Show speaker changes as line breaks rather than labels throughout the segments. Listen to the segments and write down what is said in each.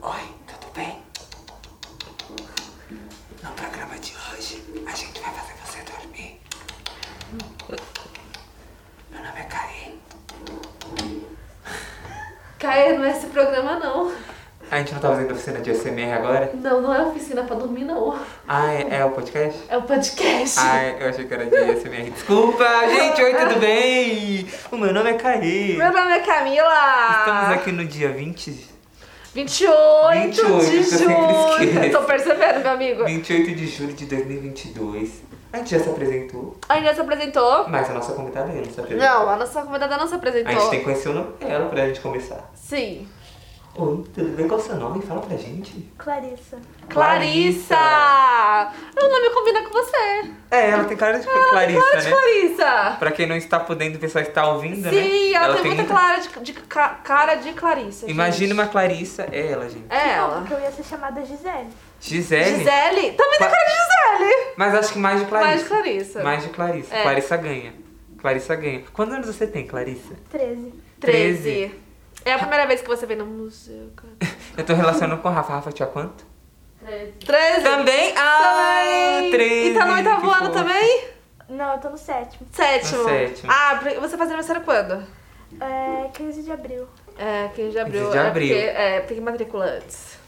Oi, tudo bem? No programa de hoje, a gente vai fazer você dormir. Meu nome é Karen.
Caia, não é esse programa não.
A gente não tá fazendo oficina de ASMR agora?
Não, não é oficina pra dormir não.
Ah, é, é o podcast?
É o podcast.
Ai, eu achei que era de ASMR. Desculpa, gente, oi, tudo bem? O meu nome é Karen.
Meu nome é Camila.
Estamos aqui no dia 20,
28,
28, eu
de
sempre esqueço.
julho. Tô percebendo, meu amigo.
28 de julho de 2022. A gente já se apresentou,
A Inês se apresentou.
mas a nossa convidada ainda não se apresentou.
Não, a nossa convidada não se
A gente
apresentou.
tem que conhecer o nome dela pra gente começar.
Sim.
Oi, tudo bem? Qual é o seu nome? Fala pra gente.
Clarissa.
Clarissa. Eu não me combina com você.
É, ela tem cara de Clarissa,
Cara de
né?
Clarissa.
Pra quem não está podendo, o pessoal está ouvindo, né?
Sim, ela, tem, muita clara de, de ca- cara de Clarissa. gente.
Imagina uma Clarissa, é ela, gente.
É ela.
Então, Porque eu ia ser chamada Gisele.
Gisele,
Gisele? Também tem
Cla-
cara de Gisele.
mas acho que mais de Clarissa.
Mais de Clarissa.
Mais de Clarissa.
É.
Clarissa ganha. Clarissa ganha. Quantos anos você tem, Clarissa?
13.
13. É a primeira vez que você vem no museu, cara.
Eu tô relacionando com o Rafa. Rafa tinha quanto?
13.
Também? Ah,
Também.
13.
E tá no
que
oitavo ano
fofo.
também?
Não, eu tô no sétimo.
Sétimo.
No sétimo.
Ah, pri- você faz aniversário quando?
É 15 de abril.
É, 15 de abril.
15 de abril.
É, porque, é, porque matricula antes.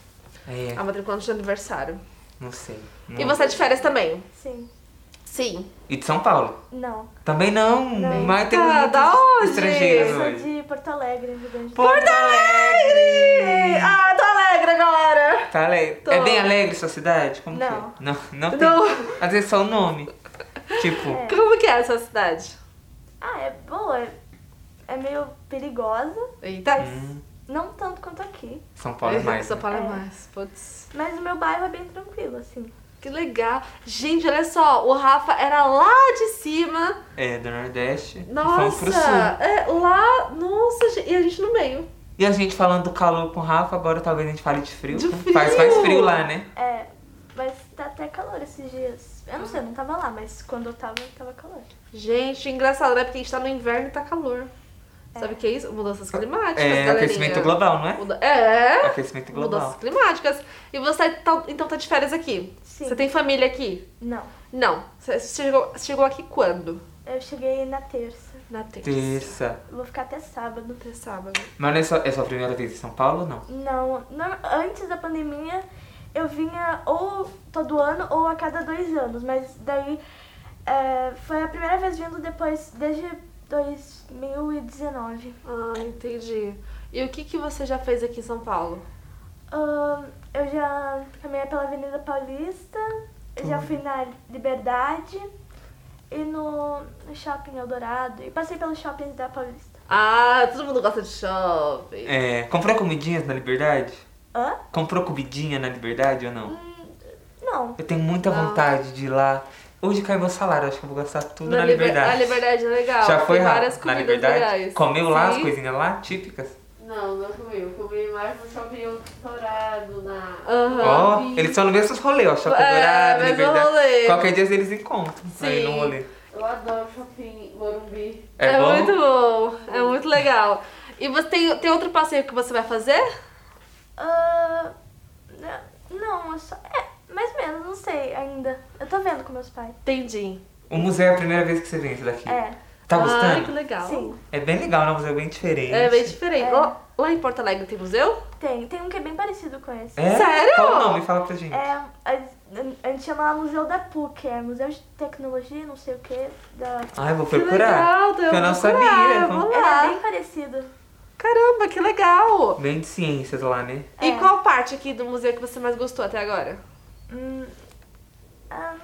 É,
A matricula antes de aniversário.
não sei.
E
Não.
você é de férias também?
Sim.
Sim.
E de São Paulo?
Não.
Também não.
Não.
Mas temos
Ah, da
muitos
onde?
Eu
estrangeiros
sou
hoje.
de Porto Alegre, Rio Grande do Sul.
Porto Alegre!
Ah, tô alegre agora.
Tá alegre.
Tô.
É bem alegre sua cidade? Como
Não.
que é? Não. Não tem.
Não.
Às vezes é só o nome. Tipo,
É.
Como que é essa cidade?
Ah, é boa. é- É meio perigosa.
Eita.
hum,
Não tanto quanto aqui.
São Paulo é mais.
São
né?
Paulo é
É.
mais. Putz.
Mas o meu bairro é bem tranquilo, assim.
Que legal. Gente, olha só, o Rafa era lá de cima.
É, do Nordeste. e Fomos pro Sul.
Nossa, é lá, nossa, gente, e a gente no meio.
E a gente falando do calor com o Rafa, agora talvez a gente fale de frio.
De
né? Faz
frio.
mais frio lá, né?
É. Mas tá até calor esses dias. Eu não sei, eu não tava lá, mas quando eu tava, tava calor.
Gente, engraçado, né? Porque a gente tá no inverno e tá calor. Sabe o que é isso? Mudanças climáticas,
É,
galerinha.
aquecimento global, não é?
Muda- É,
Aquecimento
mudanças
global.
climáticas. E você tá- então tá de férias aqui?
Sim.
Você tem família aqui?
Não.
Não. Você você chegou, você chegou aqui quando?
Eu cheguei na terça.
Na terça.
Terça.
Vou ficar até sábado.
Até sábado.
Mas não é, só, é sua primeira vez em São Paulo ou não?
Não, norma- antes da pandemia eu vinha ou todo ano ou a cada dois anos, mas daí é, foi a primeira vez vindo depois, desde 2019.
Ah, entendi. E o que, que você já fez aqui em São Paulo?
Ahn, eu já caminhei pela Avenida Paulista, eu já fui na Liberdade e no no Shopping Eldorado e passei pelos shoppings da Paulista.
Ah, todo mundo gosta de shopping.
É, comprou comidinhas na Liberdade?
Hã?
Comprou comidinha na Liberdade ou não?
Não,
Eu tenho muita
Hum, Não.
vontade de ir lá. Hoje cai meu salário, acho que eu vou gastar tudo na,
liber-
Liberdade.
A liberdade é legal.
Já foi
Tem
lá,
várias
na
comidas
Liberdade?
legais.
Comeu lá as
Sim.
coisinhas lá, típicas?
Não, não comi. Eu comi mais no shopping dourado na.
Aham.
Ó, eles estão no mesmo rolê, ó. Shopping
É,
Dourado,
mesmo
Liberdade.
rolê.
Qualquer dia eles encontram aí
Sim.
no rolê.
Eu adoro shopping Morumbi.
É, bom?
muito bom. É muito legal. E você tem, tem outro passeio que você vai fazer?
Ahn, não, eu só, é, mais ou menos, não sei ainda. Eu tô vendo com meus pais.
Entendi.
O museu é a primeira vez que você vem esse daqui.
É.
Tá
Ai, que
gostando?
legal.
Sim,
é bem legal, né? Um museu bem diferente.
É bem diferente.
É.
Lá, lá em Porto Alegre tem museu?
tem. Tem um que é bem parecido com esse.
É?
Sério?
Qual o nome? Fala pra gente.
É, a, a gente chama lá Museu da PUC, é Museu de Tecnologia, não sei o que. Da...
Ai, vou
Que
procurar.
legal,
porque eu não
vou procurar,
sabia. né?
eu vou
Ele
lá.
é bem parecido.
Caramba, que legal.
Bem de ciências lá, né?
E
É.
qual parte aqui do museu que você mais gostou até agora?
Hum, ah,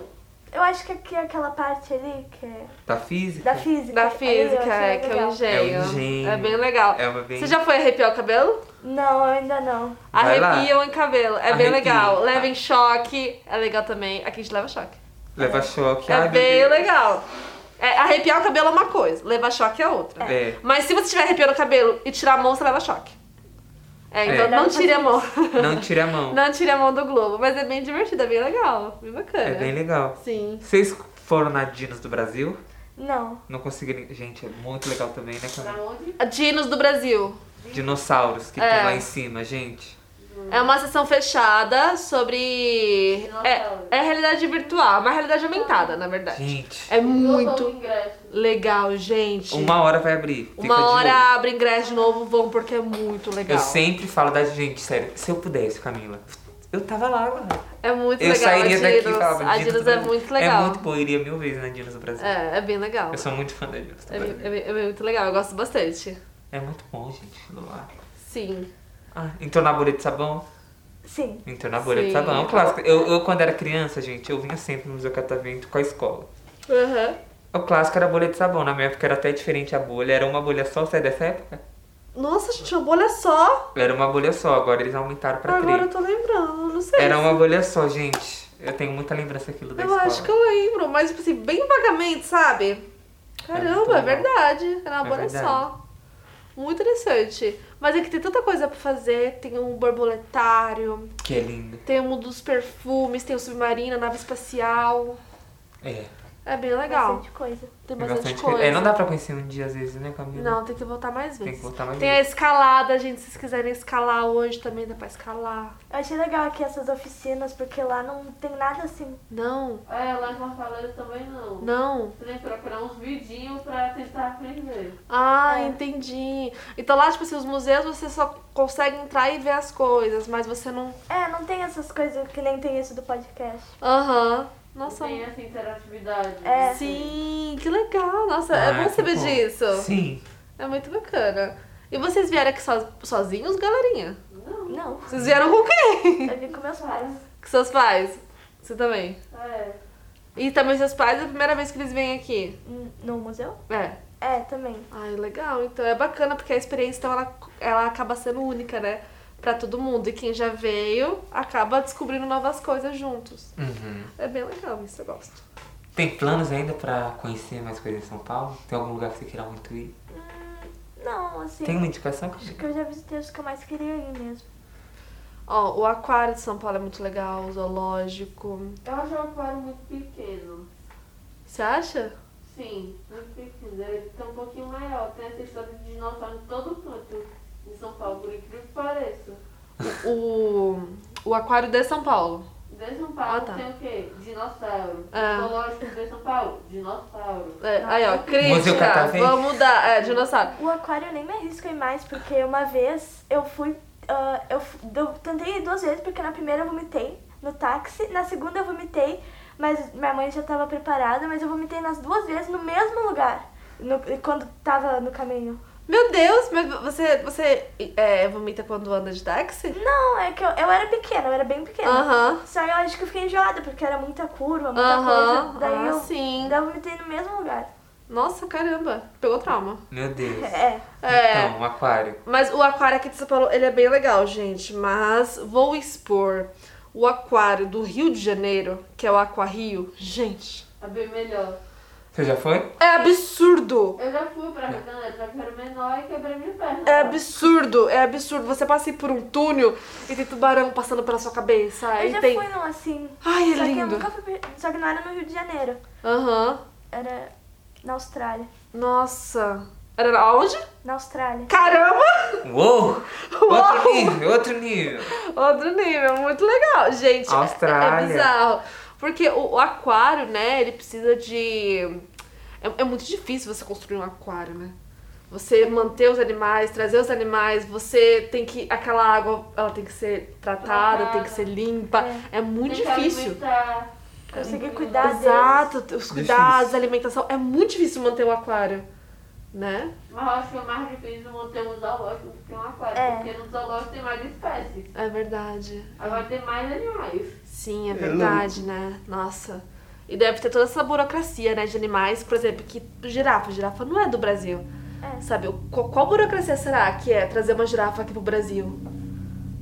eu acho que aqui é aquela parte ali, que é
Da física?
da física.
Da
ali eu
física,
achei
é, que é o
legal.
engenho.
É o engenho.
É bem legal.
É uma bem-
Você já foi arrepiar o cabelo?
Não, eu ainda não.
Vai lá.
Arrepiam em cabelo. É
Arrepia.
bem legal. Levem choque. É legal também. Aqui a gente leva choque.
Leva choque.
é
Ai, meu
bem
Deus.
legal. É, arrepiar o cabelo é uma coisa, levar choque é outra.
É.
Mas se você estiver arrepiando o cabelo e tirar a mão, você leva choque. É,
É.
então não tire a mão.
Não tire a mão.
Não tire a mão do Globo, mas é bem divertido, é bem legal, bem bacana.
É bem legal.
Sim.
Vocês foram na Dinos do Brasil?
Não.
Não conseguiram. Gente, é muito legal também, né,
Na
Camila?
onde?
A Dinos do Brasil.
Dinossauros que
É.
tem lá em cima, gente.
É uma sessão fechada sobre.
Dinossauros.
É, é realidade virtual, uma realidade aumentada, na verdade.
Gente,
É
Eu dou o
muito
ingresso.
legal, gente.
uma hora vai abrir. Fica de
Uma hora
olho.
abre ingresso de novo, vão porque é muito legal.
Eu sempre falo da gente, sério. Se eu pudesse, Camila, eu tava lá agora.
É muito
Eu
legal.
sairia
a
daqui e
Dinos.
falava
A
Dinos
Dinos
do
é
Brasil.
muito legal.
É muito bom, eu iria mil vezes na Dinos do Brasil.
É, é bem legal.
Eu sou muito fã da Dinos do
É,
Brasil.
bem- é bem- é bem muito legal, eu gosto bastante.
É muito bom, gente, do lá.
Sim.
Ah, entrou na bolha de sabão?
Sim.
Entrou na bolha de
Sim.
sabão, é um clássico. Eu, eu, quando era criança, gente, eu vinha sempre no Museu Catavento com a escola.
Aham.
O clássico era a bolha de sabão, na minha época era até diferente a bolha, era uma bolha só, você é dessa época?
Nossa, gente, uma bolha só.
Era uma bolha só, agora eles aumentaram pra É,
Agora eu
três.
tô lembrando, não sei.
Era
se-
uma bolha só, gente. Eu tenho muita lembrança daquilo da
Eu
escola.
acho que eu lembro, mas tipo assim, bem vagamente, sabe? Caramba, é,
É muito legal.
verdade. Era uma
É
bolha
verdade.
só. Muito interessante. Mas é que tem tanta coisa pra fazer. Tem um borboletário,
que é lindo.
tem o mundo dos perfumes, tem o submarino, a nave espacial.
É.
É bem legal.
Bastante coisa.
Tem
É
bastante,
bastante
coisa.
coisa. É, não dá pra conhecer um dia às vezes, né, Camila?
Não, tem que voltar mais
Tem
vezes.
que voltar mais um
Tem a escalada, gente. Se vocês quiserem escalar hoje também, dá pra escalar.
Eu achei legal aqui essas oficinas, porque lá não tem nada assim.
Não,
É, lá em Fortaleza também não.
não.
Você tem que procurar uns vidinhos pra tentar aprender.
Ah,
É.
entendi. Então lá, tipo assim, os museus você só consegue entrar e ver as coisas, mas você não.
É, não tem essas coisas que nem tem isso do podcast.
Aham.
Não
Nossa.
tem essa interatividade.
É.
Sim, que legal. Nossa,
Ah,
é bom
que
saber
bom.
disso.
Sim.
É muito bacana. E vocês vieram aqui so- sozinhos, galerinha?
Não,
Não.
Vocês vieram com quem?
Eu vim com meus pais.
Com seus pais? Você também.
é.
E também seus pais, é a primeira vez que eles vêm aqui.
Hum, No museu?
É.
É, também.
Ai, legal. Então é bacana porque a experiência então, ela, ela acaba sendo única, né? Pra todo mundo. E quem já veio acaba descobrindo novas coisas juntos.
Uhum.
É bem legal isso, eu gosto.
Tem planos ainda pra conhecer mais coisas em São Paulo? Tem algum lugar que você queira muito ir?
Não, assim.
Tem uma indicação?
Acho
Camila?
que eu já visitei os que eu mais queria ir mesmo.
Ó, o aquário de São Paulo é muito legal, o zoológico.
Eu acho um aquário muito pequeno.
Você acha?
Sim, muito pequeno. Ele tá um pouquinho maior. Tem essa história de dinossauro em todo canto. Em São Paulo, por incrível que pareça.
O, o aquário de São Paulo.
De São Paulo
Ah, tá.
tem o quê? Dinossauro.
Ah.
Zoológico de São Paulo? Dinossauro.
É,
Ah.
aí, ó,
Museu
crítica.
Catavento.
Vamos dar. É, dinossauro.
O aquário eu nem me arrisco a ir mais, porque uma vez eu fui. ah, eu, fu- eu tentei ir duas vezes, porque na primeira eu vomitei no táxi, na segunda eu vomitei, mas minha mãe já tava preparada, mas eu vomitei nas duas vezes no mesmo lugar. no- quando tava no caminho.
Meu Deus, mas você, você é, vomita quando anda de táxi?
Não, é que eu, eu era pequena, eu era bem pequena.
Aham.
Só eu acho que eu fiquei enjoada, porque era muita curva, muita
Ah. Aham.
coisa. Daí
Ah,
eu,
sim.
daí eu vomitei no mesmo lugar.
Nossa, caramba. Pegou trauma.
Meu Deus.
É.
É.
Então, um aquário.
Mas o aquário aqui de São Paulo, ele é bem legal, gente. Mas vou expor o aquário do Rio de Janeiro, que é o Aquarrio. Gente,
É bem melhor.
Você já foi?
é absurdo!
Eu já fui pra Rio de Janeiro, já que era menor e quebrei minha perna.
É absurdo, é absurdo. Você passa aí por um túnel e tem tubarão passando pela sua cabeça.
Eu
Aí
já
tem.
fui num assim.
Ai, é
só que eu
lindo.
nunca fui. pra- Só que não era no Rio de Janeiro.
Aham.
Era na Austrália.
Nossa. Era na- onde?
Na Austrália.
Caramba!
Uou! Outro nível, outro nível.
Outro nível, muito legal. Gente, é-
Austrália.
é bizarro. Porque o, o aquário, né, ele precisa de. É, é muito difícil você construir um aquário, né? Você manter os animais, trazer os animais, você tem que. Aquela água, ela tem que ser tratada,
Tratada.
tem que ser limpa. É, muito
Tem que
difícil.
alimentar.
Consegui
Tem que
cuidar deles.
Exato, os cuidados,
Difícil.
a alimentação. É muito difícil manter o aquário, né?
Mas eu acho que é mais difícil manter um zoológico do que um aquário,
É.
porque no zoológico tem mais espécies.
É verdade.
Agora tem mais animais.
Sim, é
louco.
verdade, né? Nossa. E deve ter toda essa burocracia, né, de animais, por exemplo, que girafa, girafa não é do Brasil.
É.
Sabe, o- qual, qual burocracia será que é trazer uma girafa aqui pro Brasil?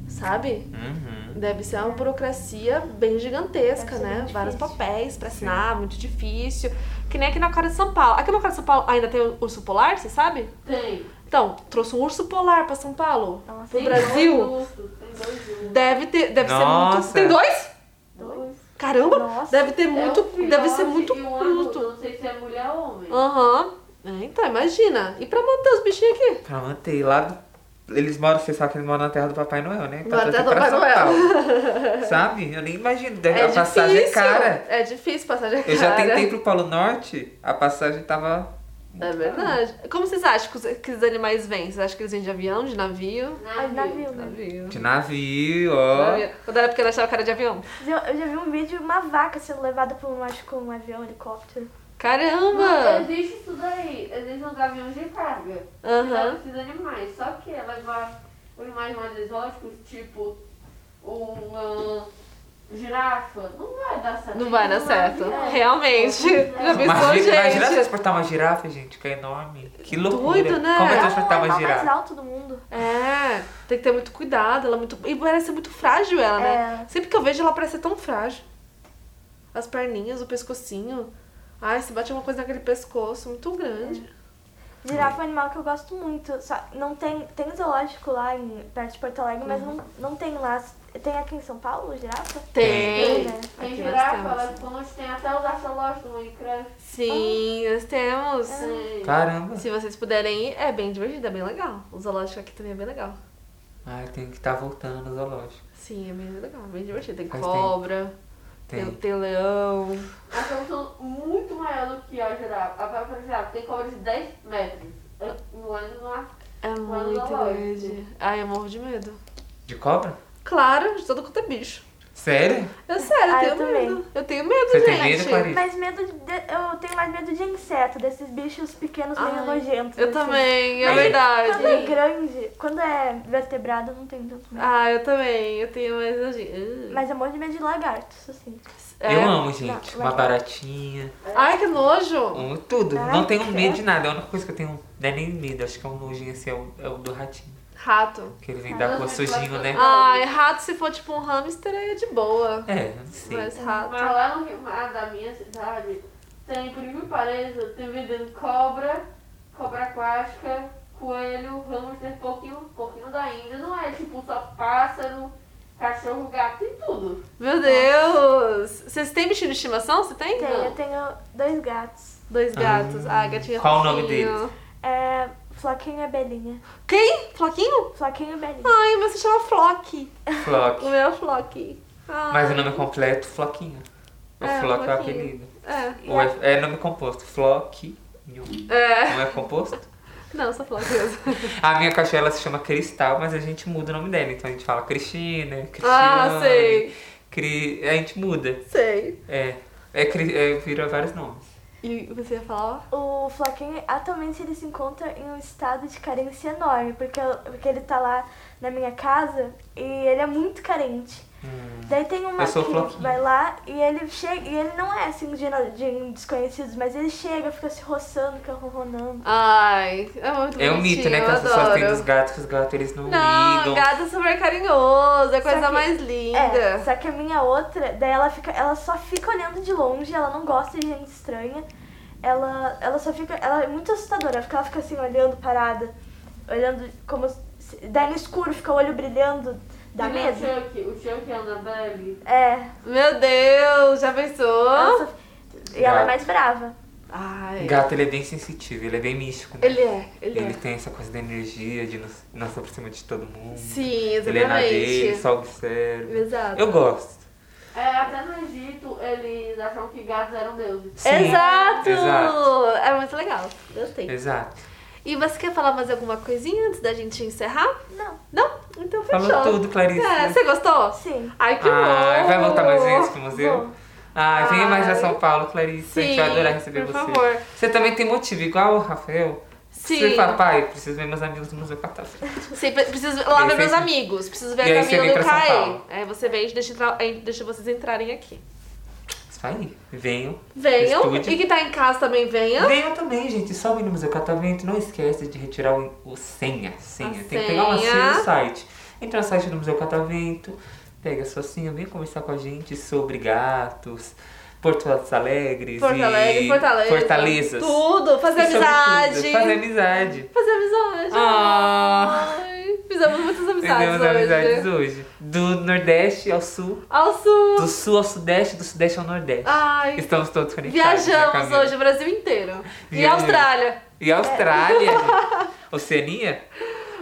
Sabe?
Uhum.
Deve ser uma burocracia bem gigantesca,
Deve ser
né?
bem
Vários
difícil.
papéis pra assinar, muito difícil. Que nem aqui na Cara de São Paulo. Aqui na Cara de São Paulo ainda tem o urso polar, você sabe?
Tem.
Então, trouxe um urso polar pra São Paulo.
Nossa,
Pro
Tem
Brasil?
dois ursos, Tem dois ursos.
Deve ter, deve ser muito.
Nossa.
Tem dois?
Dois.
Caramba!
Nossa.
Deve ter
É
muito,
um filhote
deve ser muito
e um adulto,
curto.
Não sei se é mulher ou homem.
Aham. É, então, imagina. E pra manter os bichinhos aqui?
Pra manter Tá, lá. do- Eles moram, você sabe que eles moram na terra do Papai Noel, né?
Moram na terra do
pra São
Papai
Paulo. sabe? Eu nem imagino. Deve, a passagem é cara.
É difícil passagem é cara.
Eu já tentei pro Polo Norte, a passagem tava.
É verdade. Como vocês acham que os, que os animais vêm? Vocês acham que eles vêm de avião, de navio?
Ai, navio, né?
Navio.
De navio, Tipo, ó.
Navio. Quando era pequena, eu achava cara de avião.
Mas Eu, eu já vi um vídeo de uma vaca sendo levada por um, acho que um avião, um helicóptero.
Não,
Caramba!
existe isso daí. Existem os aviões de carga.
Aham.
Esses animais. Só que ela vai animais mais exóticos, tipo uma girafa. Não vai dar certo.
Não é. vai dar
Não
certo.
avião.
Realmente. Já pensou,
Imagina, imagina
gente?
transportar uma girafa, gente, que é enorme. Que loucura.
Doido, né?
Como é
Ela é o
transportar uma
animal mais
girafa?
alto do mundo.
É, tem que ter muito cuidado, ela é muito. E parece ser muito frágil ela, né?
É.
Sempre que eu vejo ela parece ser tão frágil. As perninhas, o pescocinho. Ai, se bate alguma coisa naquele pescoço, muito grande.
Girafa é um animal que eu gosto muito. Só não tem, tem um zoológico lá em, perto de Porto Alegre, mas não, não tem lá. Tem aqui em São Paulo, girafa?
Tem.
Tem, né?
Tem
Aqui nós
girafa,
temos.
ela ponte, tem até os axológicos no Minecraft.
Ah.
Sim, nós temos.
É.
Tem.
Tá.
Caramba.
Se vocês puderem ir, é bem divertido, é bem legal. O zoológico aqui também é bem legal.
Ah, tem que estar voltando no zoológico.
Sim, é bem legal, bem divertido. Tem
Mas tem-
cobra, tem,
Tem.
tem leão.
Elas são- são muito maior do que a girafa. A própria girafa tem cobra de 10 metros. Lá no ar.
É muito
zoológico.
grande. Ai, eu morro de medo.
De cobra?
Claro, de todo quanto é bicho.
Sério?
Eu sério, eu
Ah, eu
tenho
também.
medo. Eu tenho medo,
Você tem
gente.
medo, Clarice?
Mas medo de, eu tenho mais medo de inseto, desses bichos pequenos meio
Ai,
nojentos.
eu
assim.
também, é
Mas-
verdade.
Quando é grande, quando é vertebrado, eu não tenho tanto medo.
Ah, eu também, eu tenho mais nojinho.
Mas eu morro de medo de lagartos, assim.
É.
Eu amo, gente.
Não,
uma
mas-
baratinha.
Ai, que nojo!
Um, tudo.
Ai,
não tenho
que
medo de nada. A única coisa que eu tenho não é nem medo. Acho que é um nojinho assim, é o, é o do ratinho.
Rato.
Que ele vem dar
Ah,
com o
mas
sujinho,
lá-
né?
Ai, rato, se for tipo um hamster, aí é de boa.
É, não sei.
Mas rato.
Mas lá no Rio Mar da minha cidade tem, por incrível que pareça, tem vendendo cobra, cobra aquática, coelho, hamster, pouquinho, pouquinho da Índia. Não é tipo só pássaro, cachorro, gato, tem tudo.
Meu Deus! Vocês têm bichinho de estimação? Você tem?
Tem, eu tenho dois gatos.
Dois gatos. Ah, gatinha
Qual o nome
fofinho.
É. Floquinho e abelhinha.
Quem? Floquinho?
Floquinho e abelhinha.
Ai, o meu se chama Flock.
Flock.
O meu é Flock. Ah, Ai.
Mas o nome completo, Floquinho. O
É,
Flock é o
Floquinho.
apelido.
É.
Ou é, é nome composto. Floquinho.
É.
Não é composto?
Não, só Flock mesmo.
A minha cachorra ela se chama Cristal, mas a gente muda o nome dela. Então a gente fala Cristina, Cristiane.
ah, sei.
Cri... A gente muda.
Sei.
É. É, Cri- é, vira vários nomes.
E você ia falar?
O Floquinho, atualmente, ele se encontra em um estado de carência enorme, porque, eu- porque ele tá lá na minha casa e ele é muito carente.
Hum.
Daí tem uma
Eu sou o
que
Floquinho.
vai lá e ele chega, e ele não é assim de, de desconhecidos, mas ele chega, fica se roçando, fica ronronando.
Ai, é muito
É um
bonitinho,
mito, né? Que
eu
as pessoas têm
adoro.
dos gatos, que os gatos eles não,
Não,
ligam.
gato é super carinhoso, é a coisa
que-
mais linda.
É, só que a minha outra, daí ela fica, ela só fica olhando de longe, ela não gosta de gente estranha. Ela, ela só fica, ela é muito assustadora, porque ela fica assim olhando parada, olhando como se- daí no escuro fica o olho brilhando da
E no
mesa.
Chuck, o Chuck e a Annabelle.
É.
Meu Deus, já pensou?
ela só- e ela é
Gato.
mais brava.
Ai.
Gato ele é bem sensitivo, ele é bem místico. né?
Ele é, ele,
Ele
é.
tem essa coisa da energia, de não, não se aproximar de todo mundo.
Sim,
ele é na dele,
exatamente.
só observa.
Exato.
Eu gosto.
É, até no Egito eles acham que gatos eram deuses.
Sim.
Exato!
Exato. É.
É muito legal. Gostei.
Exato.
E você quer falar mais alguma coisinha antes da gente encerrar?
Não.
Não? Então fechou.
Falou tudo, Clarice.
É, você tá gostou?
Sim.
Ai, que
Ai,
bom!
vai voltar mais vezes pro museu?
Vou.
Ai, venha mais pra
Ai.
São Paulo, Clarice. a gente vai
Sim,
adorar receber
por
você.
favor.
Você também tem motivo, igual o Rafael.
Sim.
Você fala, pai, preciso ver meus amigos no Museu Catástrofe.
Sim, pre- preciso lá
E
ver
aí
meus
você-
amigos, preciso ver
E
a
aí você
Camila
vem
do
pra São
CAE.
Paulo.
Aí É, você vem e deixa, entrar- a gente deixa vocês entrarem aqui.
Isso aí. Venham.
Venham.
Estude.
E que tá em casa também venha.
Venham também, gente. Só um vem no Museu Catavento. Não esquece de retirar o, o senha. Senha. Tem que pegar uma senha
senha.
no site. Entra no site do Museu Catavento, pega a sua senha, vem conversar com a gente sobre gatos, Porto Alegre.
Porto Alegre,
e
Fortaleza.
Fortalezas.
Tudo, fazer
Sobretudo,
amizade.
Fazer amizade.
Fazer amizade.
Ah.
Ai, fizemos muitas amizades
Fizemos
hoje.
Ah, amizades hoje. Do Nordeste ao Sul.
Ao sul.
Do Sul ao Sudeste, do Sudeste ao Nordeste.
Ai,
Estamos todos conectados. né,
viajamos
Camila?
hoje o Brasil inteiro. E
Viajamos.
Austrália.
E Austrália? Oceania?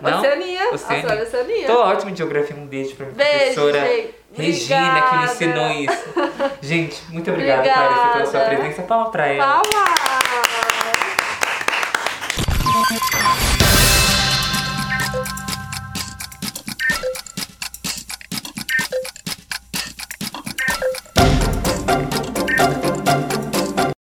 Não?
Oceania.
Oceania.
Austrália, Oceania.
Tô ótimo em geografia. Um beijo pra minha
Beijo,
professora
gente.
Regina, que me
Obrigada.
ensinou isso. Gente, muito obrigado,
Obrigada.
Clarissa, pela sua presença. Palma pra ela.
Palmas.